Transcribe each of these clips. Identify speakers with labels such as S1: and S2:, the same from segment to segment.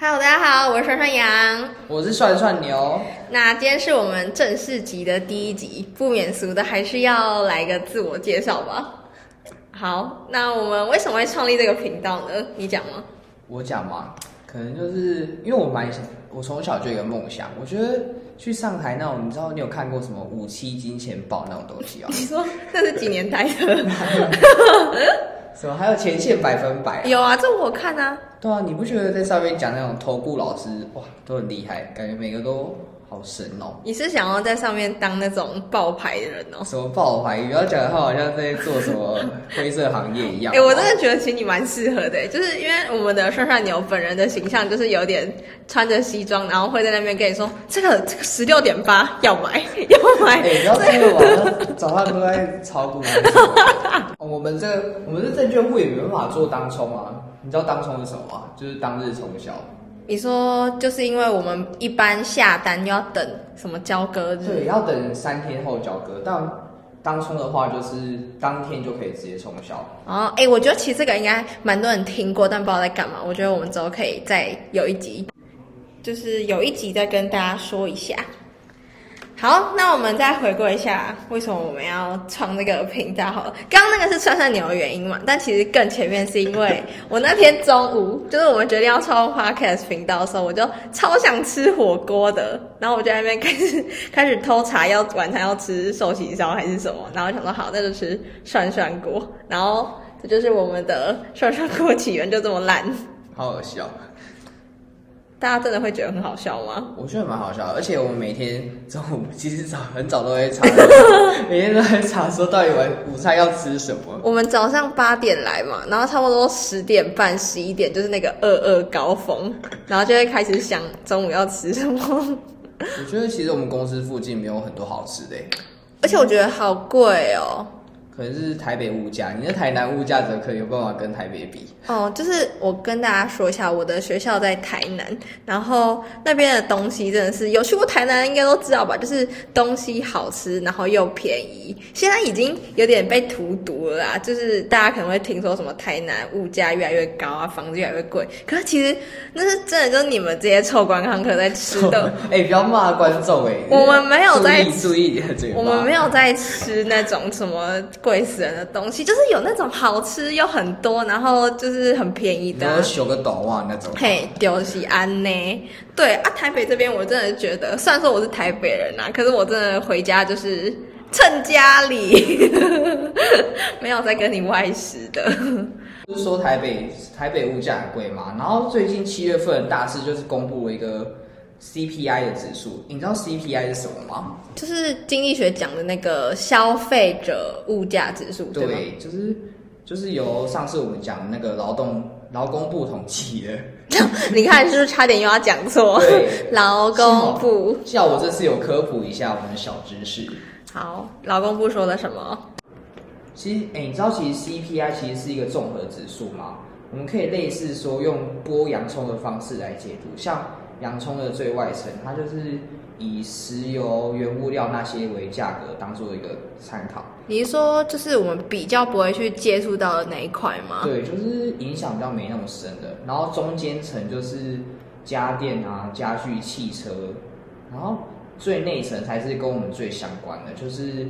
S1: Hello，大家好，我是涮涮羊。
S2: 我是涮涮牛，
S1: 那今天是我们正式集的第一集，不免俗的还是要来个自我介绍吧。好，那我们为什么会创立这个频道呢？你讲吗？
S2: 我讲嘛，可能就是因为我蛮想，我从小就有一个梦想，我觉得去上海那种，你知道你有看过什么五七金钱豹那种东西 哦、
S1: 你说这是几年代的？
S2: 什么还有前线百分百、啊，
S1: 有啊，这我看啊。
S2: 对啊，你不觉得在上面讲那种投顾老师哇都很厉害，感觉每个都好神哦、
S1: 你是想要在上面当那种爆牌的人哦？
S2: 什么爆牌，不要讲的话好像在做什么灰色行业一
S1: 哎、
S2: 样。
S1: 我真的觉得其实你蛮适合的、欸就是因为我们的涮涮牛本人的形象就是有点穿着西装，然后会在那边跟你说这个这个十六点八要买要买，
S2: 哎、 不要这个晚上 早上都在炒股。哦我们这个我们这证券户也没办法做当冲啊，你知道当冲是什么吗？就是当日冲销。
S1: 你说就是因为我们一般下单要等什么交割日，
S2: 对，要等三天后交割。但当冲的话，就是当天就可以直接冲销。
S1: 然后哎，我觉得其实这个应该蛮多人听过，但不知道在干嘛。我觉得我们之后可以再有一集，就是有一集再跟大家说一下。好，那我们再回顾一下为什么我们要创这个频道好了。刚刚那个是串串牛的原因嘛，但其实更前面是因为我那天中午，就是我们决定要创 podcast 频道的时候，我就超想吃火锅的，然后我就在那边开始开始偷查要晚餐要吃寿喜烧还是什么，然后想说好，那就吃涮涮锅，然后这就是我们的涮涮锅起源就这么烂，
S2: 好哦好笑，
S1: 大家真的会觉得很好笑吗？
S2: 我觉得蛮好笑的，而且我们每天 中午其实早很早都在查，每天都在查说到底晚午餐要吃什么。
S1: 我们早上八点来嘛，然后差不多十点半、十一点就是那个二二高峰，然后就会开始想中午要吃什么。
S2: 我觉得其实我们公司附近没有很多好吃的、欸
S1: 而且我觉得好贵哦，
S2: 可能是台北物价，你的台南物价怎么可能有办法跟台北比？
S1: 哦，就是我跟大家说一下，我的学校在台南，然后那边的东西真的是有去过台南应该都知道吧，就是东西好吃，然后又便宜。现在已经有点被荼毒了啦，就是大家可能会听说什么台南物价越来越高啊，房子越来越贵，可是其实那是真的，就是你们这些臭观光客在 吃的。
S2: 哎、不要骂观众哎、
S1: 我们没有在
S2: 注意注意你 的嘴巴。
S1: 我们没有在吃那种什么贵死人的东西，就是有那种好吃又很多，然后就是很便宜的
S2: 然
S1: 啊、
S2: 后修个短袜那种。
S1: 嘿，就是安呢。对啊，台北这边我真的觉得，虽然说我是台北人呐、可是我真的回家就是趁家里， 没有在跟你外食的。
S2: 就是说台北台北物价很贵嘛，然后最近七月份大致就是公布了一个 CPI 的指数，你知道 CPI 是什么吗？
S1: 就是经济学讲的那个消费者物价指数，对吗？
S2: 对，就是就是由上次我们讲那个劳动劳工部统计的，
S1: 你看是不是差点又要讲错
S2: 对？
S1: 劳工部，
S2: 像我这次有科普一下我们的小知识。
S1: 好，劳工部说了什么？
S2: 其实，哎、你知道其实 CPI 其实是一个综合指数吗？我们可以类似说用剥洋葱的方式来解读，像洋葱的最外层，它就是以石油、原物料那些为价格当做一个参考。
S1: 你是说就是我们比较不会去接触到的那一块吗？
S2: 对，就是影响比较没那么深的。然后中间层就是家电啊、家具、汽车，然后最内层才是跟我们最相关的，就是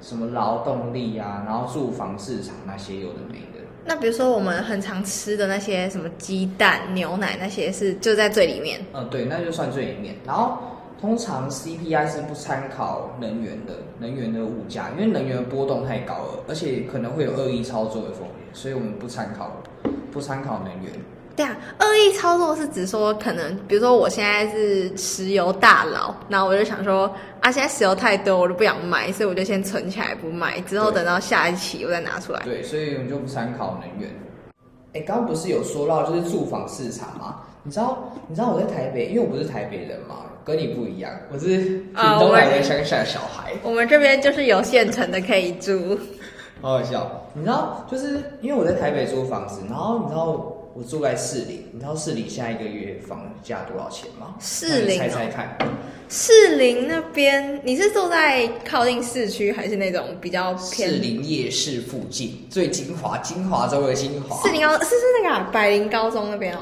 S2: 什么劳动力啊，然后住房市场那些有的没的。
S1: 那比如说我们很常吃的那些什么鸡蛋、牛奶那些是就在最里面。
S2: 嗯，对，那就算最里面。然后通常 CPI 是不参考能源的，能源的物价，因为能源的波动太高了，而且可能会有恶意操作的风险，所以我们不参考，不参考能源。
S1: 对啊，恶意操作是指说可能，比如说我现在是石油大佬，然后我就想说啊，现在石油太多，我就不想卖，所以我就先存起来不卖，之后
S2: 对
S1: 等到下一期我再拿出来。
S2: 对，所以我们就不参考能源。哎，刚刚不是有说到就是住房市场吗？你知道，你知道我在台北，因为我不是台北人嘛，跟你不一样，我是屏
S1: 啊
S2: 东
S1: 我
S2: 来的乡下小孩。
S1: 我们这边就是有现成的可以租，
S2: 好好笑。你知道，就是因为我在台北租房子，然后你知道我住在市里，你知道市里现在一个月房价多少钱吗？
S1: 士林哦
S2: 那你猜猜看，
S1: 士林那边你是住在靠近市区还是那种比较偏
S2: 士？林夜市附近最精华，精华中的精华，
S1: 士林高是是那个啊、百灵高中那边哦。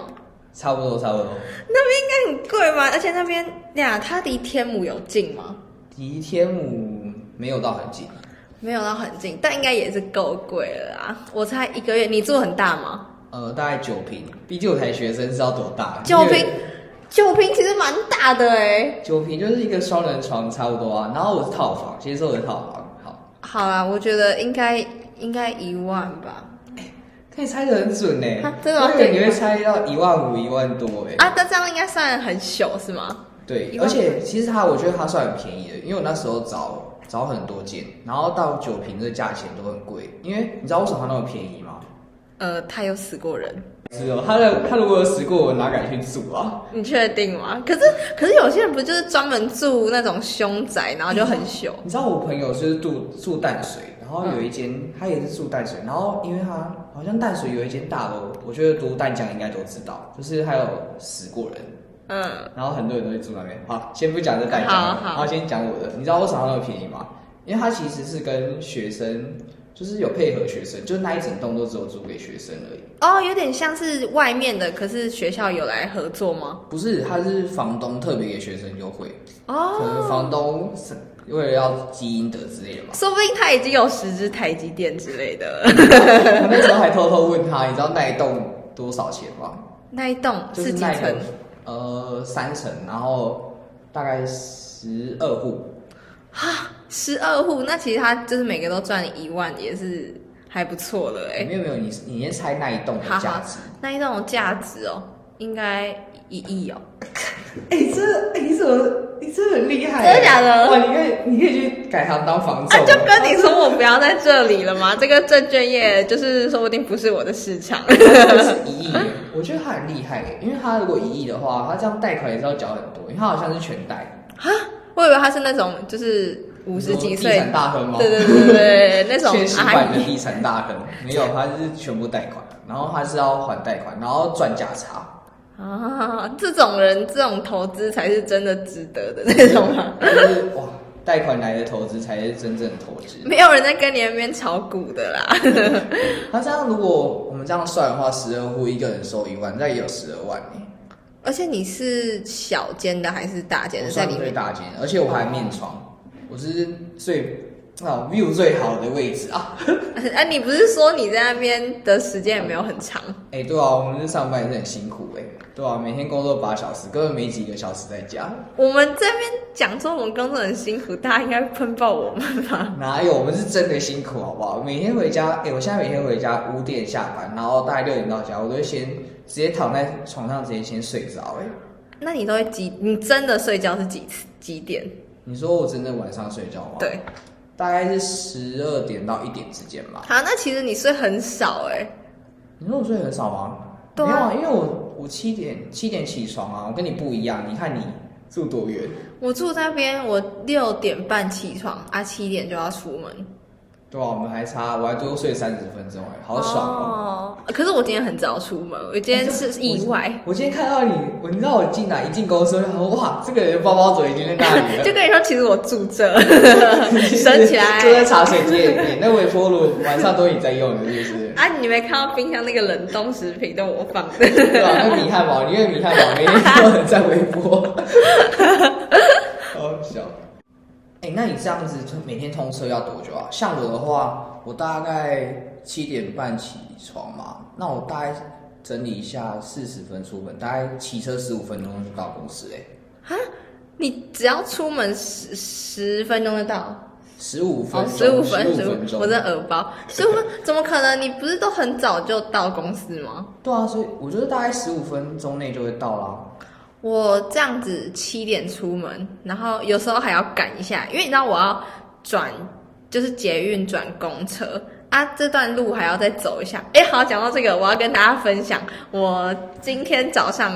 S2: 差不多差不多。
S1: 那边应该很贵吧？而且那边呀，它离天母有近吗？
S2: 离天母没有到很近，
S1: 没有到很近，但应该也是够贵了啊！我猜一个月，你住很大吗？
S2: 呃，大概九平，毕竟我台学生是要多大？
S1: 九平
S2: 因为，
S1: 九平其实蛮大的哎、
S2: 九平就是一个双人床差不多啊。然后我是套房，接受的套房，好，
S1: 好啦，我觉得应该应该一万吧。
S2: 可以猜的很准呢、欸
S1: 哈。真的吗
S2: 我以为你会猜到一万五、一万多哎、
S1: 啊，那这样应该算很小是吗？
S2: 对，
S1: 一万
S2: 而且其实它我觉得它算很便宜的，因为我那时候找找很多间，然后到九平的价钱都很贵，因为你知道为什么它那么便宜吗？
S1: 呃，他有死过人，
S2: 是哦，他的他如果有死过，我哪敢去住啊？
S1: 你确定吗？可是可是有些人不就是专门住那种凶宅，然后就很朽。
S2: 你知道我朋友就是住住淡水，然后有一间、他也是住淡水，然后因为他好像淡水有一间大楼，我觉得读淡江应该都知道，就是还有死过人，
S1: 嗯，
S2: 然后很多人都会住那边。好，先不讲这代价，
S1: 好好
S2: 然后先讲我的。你知道为什么它那么便宜吗？因为它其实是跟学生，就是有配合学生，就是那一整栋都只有租给学生而已。
S1: 哦，有点像是外面的，可是学校有来合作吗？
S2: 不是，它是房东特别给学生优惠，可
S1: 哦，
S2: 能房东是为了要积阴德之类的吧。
S1: 说不定他已经有十只台积电之类的了。
S2: 我那时候还偷偷问他，你知道那一栋多少钱吗？
S1: 那一栋
S2: 就是
S1: 是几
S2: 那一
S1: 层
S2: 栋？，呃，三层，然后大概十二户。
S1: 十二户，那其实他就是每个都赚一万，也是还不错了哎、
S2: 没有没有，你你先猜那一栋的
S1: 好
S2: 价
S1: 好
S2: 值。，
S1: 那一栋的价值哦，应该一亿哦。
S2: 哎、这、哎你怎么你真的很厉害、啊
S1: 真的假的
S2: 哇，你可以你可以去改行当房
S1: 啊
S2: 仲、，
S1: 就跟你说我不要在这里了吗？这个证券业就是说不定不是我的市场。
S2: 这是一亿耶，我觉得他很厉害耶，因为他如果一亿的话，他这样贷款也是要缴很多，因为他好像是全贷，
S1: 我以为他是那种就是五十几
S2: 地
S1: 岁，
S2: 产大亨吗？
S1: 对对对 对 对，那种啊
S2: 现实
S1: 阿
S2: 版的
S1: 姨。
S2: 地产大亨没有，他是全部贷款，然后他是要还贷款，然后赚价 差。
S1: 啊，这种人，这种投资才是真的值得的那种啊吗？
S2: 就是哇，贷款来的投资才是真正的投资。
S1: 没有人在跟你那边炒股的啦。
S2: 那这样如果我们这样算的话，十二户一个人收一万，那也有十二万欸耶
S1: 而且你是小间的还是大间
S2: 我
S1: 的？在
S2: 算
S1: 里
S2: 最
S1: 面
S2: 大间，而且我还面窗，我是最啊 view 最好的位置啊。
S1: 啊，你不是说你在那边的时间也没有很长？
S2: 哎、对啊，我们这上班也是很辛苦哎、对啊，每天工作八小时，根本没几个小时在家。
S1: 我们这边讲说我们工作很辛苦，大家应该喷爆我们吧？
S2: 哪有？我们是真的辛苦，好不好？每天回家，哎、我现在每天回家五点下班，然后大概六点到家，我都会先直接躺在床上，直接先睡着。哎，
S1: 那你都会几？你真的睡觉是几次几点？
S2: 你说我真的晚上睡觉吗？，
S1: 对，
S2: 大概是十二点到一点之间吧。
S1: 好，那其实你睡很少哎、
S2: 你说我睡很少吗？
S1: 对啊
S2: 没有，因为我我七点七点起床啊，我跟你不一样。你看你住多远？
S1: 我住那边，我六点半起床，啊，七点就要出门，
S2: 对啊，我们还差，我还多睡三十分钟哎、好爽哦、哎
S1: 哦！可是我今天很早出门，我今天是意外，
S2: 我今天看到你，我你知道我进来一进公司，我就想说哇，这个人包包嘴已经在那里了，
S1: 就跟你说，其实我住这，
S2: 就是
S1: 省起来？
S2: 就在茶水间里面，那微波炉晚上都你在用的，是不是
S1: 啊！你没看到冰箱那个冷冻食品都我放的，
S2: 对吧、那米汉堡，因为米汉堡每天都很在微波，好笑。哎、那你这样子每天通车要多久啊？像我的话，我大概七点半起床嘛，那我大概整理一下四十分出门，大概骑车十五分钟就到公司、欸，哎，
S1: 你只要出门十十分钟就到。
S2: 十五分
S1: 哦，
S2: 钟，
S1: 十五分
S2: 15，
S1: 十五
S2: 分，钟，
S1: 我真的呃耳包，十五分，怎么可能？你不是都很早就到公司吗？
S2: 对啊，所以我觉得大概十五分钟内就会到啦。
S1: 我这样子七点出门，然后有时候还要赶一下，因为你知道我要转，就是捷运转公车啊，这段路还要再走一下。哎、好，讲到这个，我要跟大家分享，我今天早上。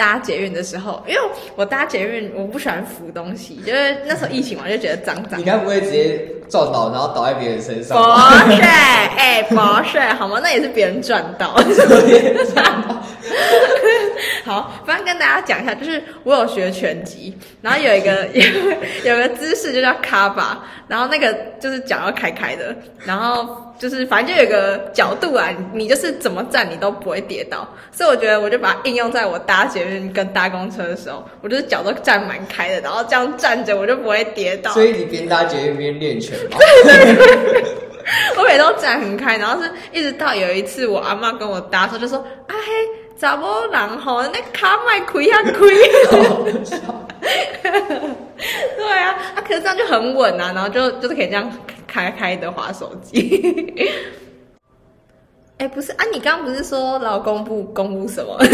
S1: 搭捷运的时候，因为我搭捷运，我不喜欢扶东西，就是那时候疫情嘛，就觉得脏脏
S2: 你。该不会直接撞倒，然后倒在别人身上
S1: 博
S2: 吧？
S1: 士，哎、博士，好吗？那也是别人赚到。好，反正跟大大家讲一下，就是我有学拳击，然后有一个 有有个姿势就叫卡巴，然后那个就是脚要开开的，然后就是反正就有个角度啊，你就是怎么站你都不会跌倒，所以我觉得我就把它应用在我搭捷运跟搭公车的时候，我就是脚都站蛮开的，然后这样站着我就不会跌倒。
S2: 所以你边搭捷运边练拳 嘛？
S1: 我每都站很开，然后是一直到有一次我阿妈跟我搭的时候就说：“啊嘿，查某人吼，那卡麦开啊开。”对啊，啊可是这样就很稳啊，然后就就是可以这样开开的滑手机。 哎、不是啊，你刚刚不是说老公不公布什么？啊，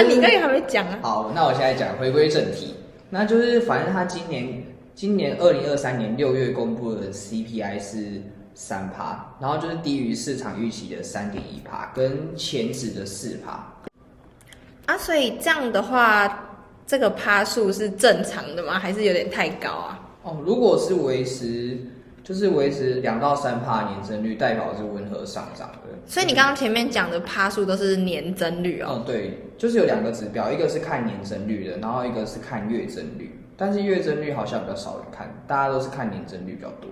S1: 你刚才还没讲啊。
S2: 好，那我现在讲回归正题，那就是反正他今年今年二零二三年六月公布的 CPI 是三趴，然后就是低于市场预期的三点一趴，跟前值的四趴。
S1: 啊，所以这样的话，这个趴数是正常的吗？还是有点太高啊？
S2: 哦，如果是维持，就是维持两到三帕年增率，代表是温和上涨的。
S1: 所以你刚刚前面讲的趴数都是年增率哦。
S2: 哦，对，就是有两个指标，一个是看年增率的，然后一个是看月增率。但是月增率好像比较少人看，大家都是看年增率比较多。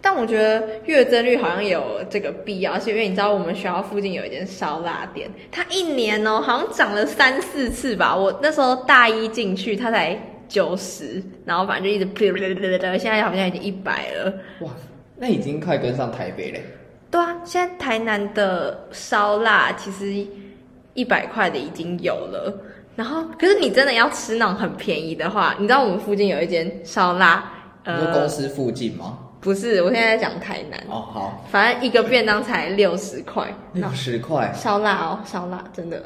S1: 但我觉得月增率好像有这个必要，而且因为你知道我们学校附近有一间烧腊店，它一年哦好像涨了三四次吧。我那时候大一进去，它才九十，然后反正就一直现在好像已经一百了。
S2: 哇，那已经快跟上台北嘞。
S1: 对啊，现在台南的烧腊其实一百块的已经有了。然后，可是你真的要吃那种很便宜的话，你知道我们附近有一间烧腊，
S2: 你说公
S1: 呃，
S2: 司附近吗？
S1: 不是，我现在在讲台南，
S2: 哦，好，
S1: 反正一个便当才六十块，
S2: 六十块，
S1: 烧腊哦，烧腊真的，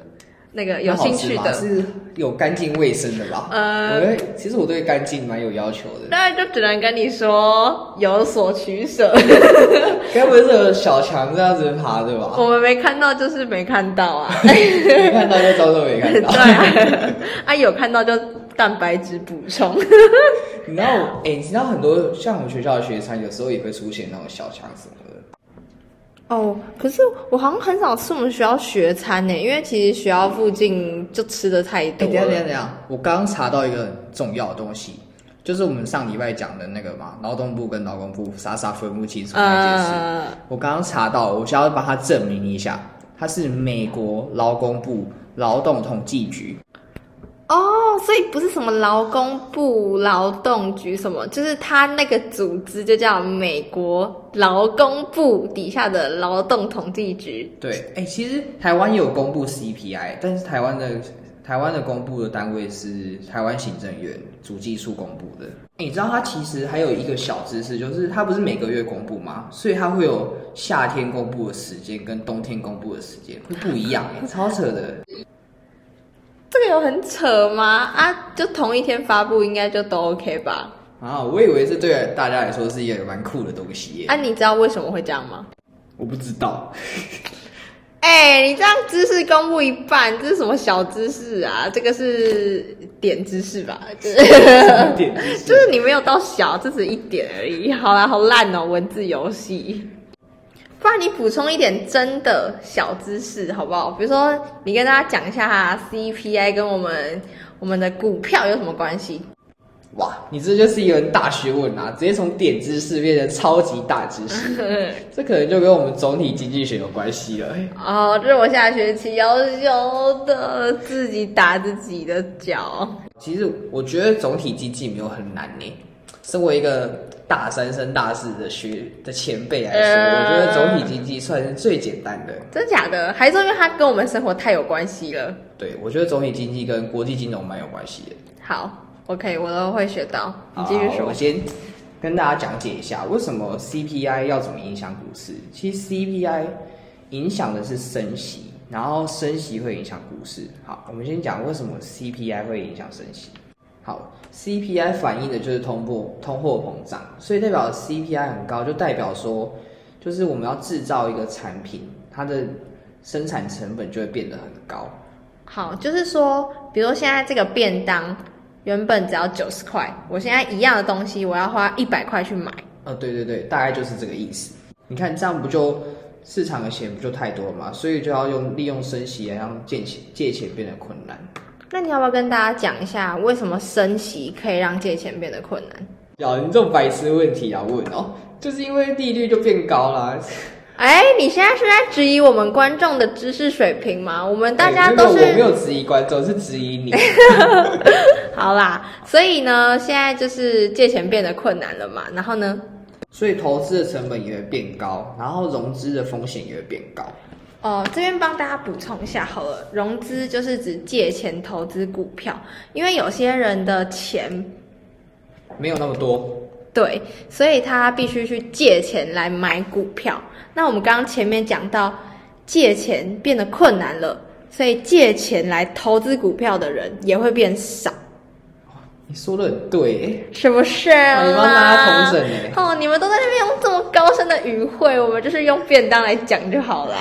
S1: 那个有
S2: 那好
S1: 兴
S2: 吃
S1: 趣
S2: 吗
S1: 的，
S2: 是有干净卫生的吧？
S1: 呃
S2: 我对，其实我对干净蛮有要求的。
S1: 当然就只能跟你说有所取舍，
S2: 该不会是有小强这样子爬的吧？
S1: 我们没看到就是哦 没看到啊，
S2: 没看到就装作没 看
S1: 对
S2: 到。
S1: 啊，啊有看到就蛋白质补充。
S2: 你知道我，哎、你知道很多像我们学校的学餐，有时候也会出现那种小强什么的。
S1: 哦，可是我好像很少吃我们学校学餐呢，因为其实学校附近就吃的太
S2: 哎、
S1: 多
S2: 等一下等一
S1: 了。
S2: 下等一下，我刚刚查到一个很重要的东西，就是我们上礼拜讲的那个嘛，劳动部跟劳工部傻傻分不清楚那件事。
S1: 呃，
S2: 我刚刚查到，我想要帮他证明一下，他是美国劳工部劳动统计局。
S1: 哦，所以不是什么劳工部、劳动局什么，就是他那个组织就叫美国劳工部底下的劳动统计局。
S2: 对，哎、其实台湾也有公布 CPI，但是台湾的台湾的公布的单位是台湾行政院主计处公布的。诶你知道它其实还有一个小知识，就是它不是每个月公布吗？所以它会有夏天公布的时间跟冬天公布的时间会不一样、诶 超扯的。
S1: 这个有很扯吗？啊，就同一天发布，应该就都 OK 吧？
S2: 啊，我以为是对大家来说是一个蛮酷的东西耶、
S1: 啊，你知道为什么会这样吗？
S2: 我不知 道，
S1: 哎、你这样知识公布一半，这是什么小知识啊？这个是点知识吧？就是
S2: 点知
S1: 就
S2: 识
S1: 是你没有到小，这只是一点而已。好啦，好烂哦、文字游戏。不然你补充一点真的小知识好不好？比如说，你跟大家讲一下 CPI 跟我们我们的股票有什么关系？
S2: 哇，你这就是一个大学问啊，直接从点知识变成超级大知识。
S1: 嗯
S2: 这可能就跟我们总体经济学有关系了。哎
S1: 哦，这是我下学期要修的，自己打自己的脚。
S2: 其实我觉得总体经济没有很难呢。身为一个大三升大四的学的前辈来说，
S1: 呃
S2: 我觉得总体经济算是最简单的。
S1: 真假的？还是因为它跟我们生活太有关系了？
S2: 对，我觉得总体经济跟国际金融蛮有关系的。
S1: 好，OK，我都会学到。你继续
S2: 好
S1: 说
S2: 我。先跟大家讲解一下为什么 CPI 要怎么影响股市。其实 CPI 影响的是升息，然后升息会影响股市。好，我们先讲为什么 CPI 会影响升息。好，CPI 反映的就是通货通货膨胀，所以代表 CPI 很高，就代表说，就是我们要制造一个产品，它的生产成本就会变得很高。
S1: 好，就是说，比如说现在这个便当原本只要九十块，我现在一样的东西我要花一百块去买。
S2: 呃，对对对，大概就是这个意思。你看这样不就市场的钱不就太多了嘛，所以就要用利用升息来让借钱借钱变得困难。
S1: 那你要不要跟大家讲一下，为什么升息可以让借钱变得困难？
S2: 呀，你这种白痴问题要问哦，就是因为利率就变高啦。
S1: 哎，你现在是在质疑我们观众的知识水平吗？我们 大家
S2: 哎
S1: 都
S2: 没有我没
S1: 是、
S2: 有质疑观众，是质疑你。
S1: 好啦，所以呢，现在就是借钱变得困难了嘛。然后呢，
S2: 所以投资的成本也会变高，然后融资的风险也会变高。
S1: 哦，这边帮大家补充一下好了，融资就是指借钱投资股票，因为有些人的钱
S2: 没有那么多，
S1: 对，所以他必须去借钱来买股票。那我们刚刚前面讲到，借钱变得困难了，所以借钱来投资股票的人也会变少，
S2: 你说的很对、欸
S1: 是不是啊
S2: 哎，你帮大家
S1: 啦
S2: 同？整哎、
S1: 哦，你们都在那边用这么高深的语汇，我们就是用便当来讲就好啦，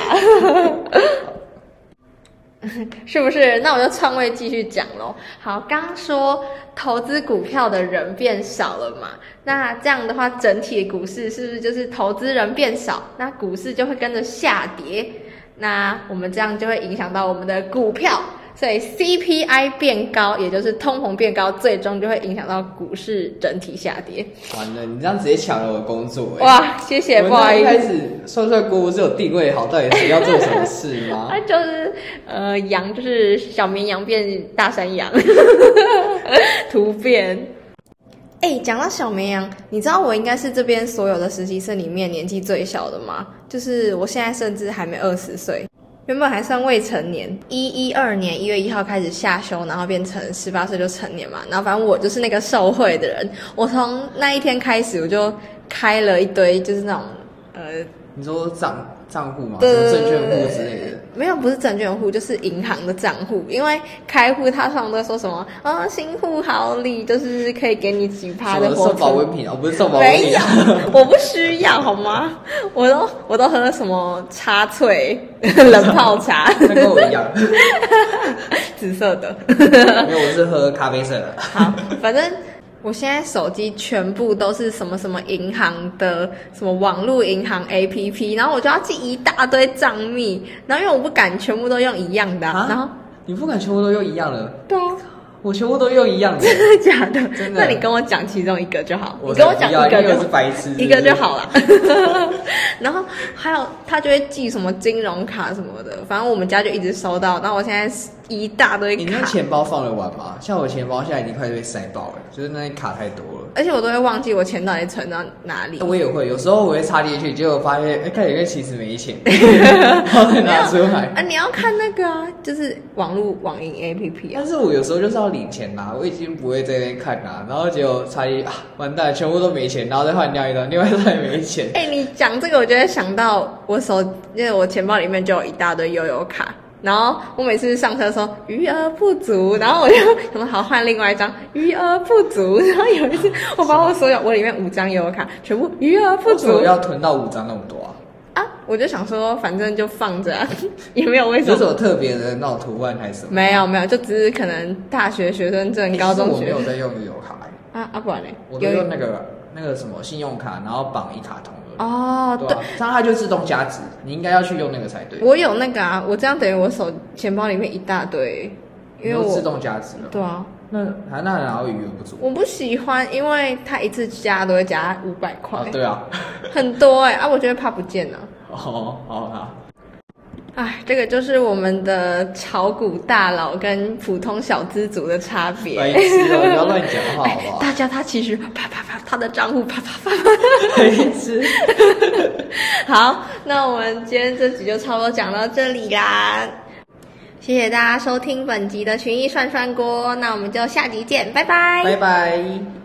S1: 是不是？那我就篡位继续讲喽。好，刚说投资股票的人变少了嘛，那这样的话，整体股市是不是就是投资人变少，那股市就会跟着下跌？那我们这样就会影响到我们的股票，所以 CPI 变高，也就是通膨变高，最终就会影响到股市整体下跌。
S2: 完了，你这样直接抢了我工作哎、
S1: 哇，谢谢，
S2: 我
S1: 不
S2: 们
S1: 好
S2: 一
S1: 意
S2: 开
S1: 思，
S2: 始算算锅不是有定位好，到底谁要做什么事 吗
S1: 啊？，就是呃，羊就是小绵羊变大山羊， 突变。哎、讲到小绵羊，你知道我应该是这边所有的实习生里面年纪最小的吗？就是我现在甚至还没二十岁，原本还算未成年。一一二年一月一号开始下修，然后变成十八岁就成年嘛。然后反正我就是那个受贿的人，我从那一天开始我就开了一堆就是那种呃
S2: 你说账账户吗？什
S1: 对
S2: 么证券户之类的？
S1: 没有，不是证券户，就是银行的账户。因为开户，他上都会说什么啊、新户好礼，就是可以给你几趴
S2: 什
S1: 的
S2: 么
S1: 活
S2: 送保
S1: 存。
S2: 温瓶哦，不是送保温
S1: 没
S2: 瓶
S1: 有
S2: 啊，
S1: 我不需要，好吗？我都我都喝什么茶萃冷泡茶，
S2: 那跟我一样，
S1: 紫色的。
S2: 没有，我是喝咖啡色的。
S1: 好，反正我现在手机全部都是什么什么银行的什么网络银行 APP，然后我就要记一大堆账密，然后因为我不敢全部都用一样的啊、
S2: 啊
S1: 然后
S2: 你不敢全部都用一样的，
S1: 对啊。
S2: 我全部都用一样的。
S1: 真的假的？
S2: 真的
S1: 那你跟我讲其中一个就好，
S2: 我
S1: 你跟我
S2: 才
S1: 讲
S2: 不要
S1: 一个
S2: 因为
S1: 就
S2: 我是白痴
S1: 一个就好了。 然后还有他就会寄什么金融卡什么的，反正我们家就一直收到。然后我现在一大堆
S2: 你那
S1: 卡，
S2: 钱包放得完吗？像我钱包现在已经快被塞爆了，就是那些卡太多了。
S1: 而且我都会忘记我钱到底存到哪里。
S2: 我也会，有时候我会插进去，结果发现哎，看起来其实没 钱，然后再拿出来。
S1: 啊，你要看那个啊，就是网络网银 APP 啊。
S2: 但是我有时候就是要领钱啦、我已经不会在那边看啦、然后结果插进去啊，完蛋，全部都没钱，然后再换掉一张，另外一张也没钱。
S1: 哎、你讲这个，我就会想到我手，因为我钱包里面就有一大堆悠游卡，然后我每次上车的时候余额不足，然后我就想说好换另外一张余额不足，然后有一次我把我所有我里面五张悠游卡全部余额不
S2: 为什
S1: 足
S2: 么要囤到五张那么多啊？
S1: 啊，我就想说反正就放着、啊， 也没有为什
S2: 有什
S1: 么，
S2: 么特别的那种图案还是什么？
S1: 没有没有，就只是可能大学学生证、
S2: 哎
S1: 高中
S2: 其实我没
S1: 学
S2: 有在用悠游卡、哎
S1: 啊啊不然嘞，
S2: 我都
S1: 有
S2: 用那个那个什么信用卡，然后绑一卡通了。
S1: 哦
S2: 对
S1: 对
S2: 啊，这样它就自动加值，你应该要去用那个才对。
S1: 我有那个啊，我这样等于我手钱包里面一大堆，因为
S2: 你都自
S1: 我
S2: 动加值了。
S1: 对啊，
S2: 那还那然后余额不足
S1: 我不喜欢，因为他一次加都会加五百块
S2: 啊，？对啊，
S1: 很多哎、啊，我觉得怕不见了。
S2: 哦，好啊，
S1: 哎，这个就是我们的炒股大佬跟普通小资族的差别。哎
S2: 白痴哦，不要乱讲话好不 好？
S1: 大家他其实啪啪啪，他的账户啪啪啪。
S2: 白痴，
S1: 好，那我们今天这集就差不多讲到这里啦。谢谢大家收听本集的群艺涮涮锅，那我们就下集见，拜拜。
S2: 拜拜。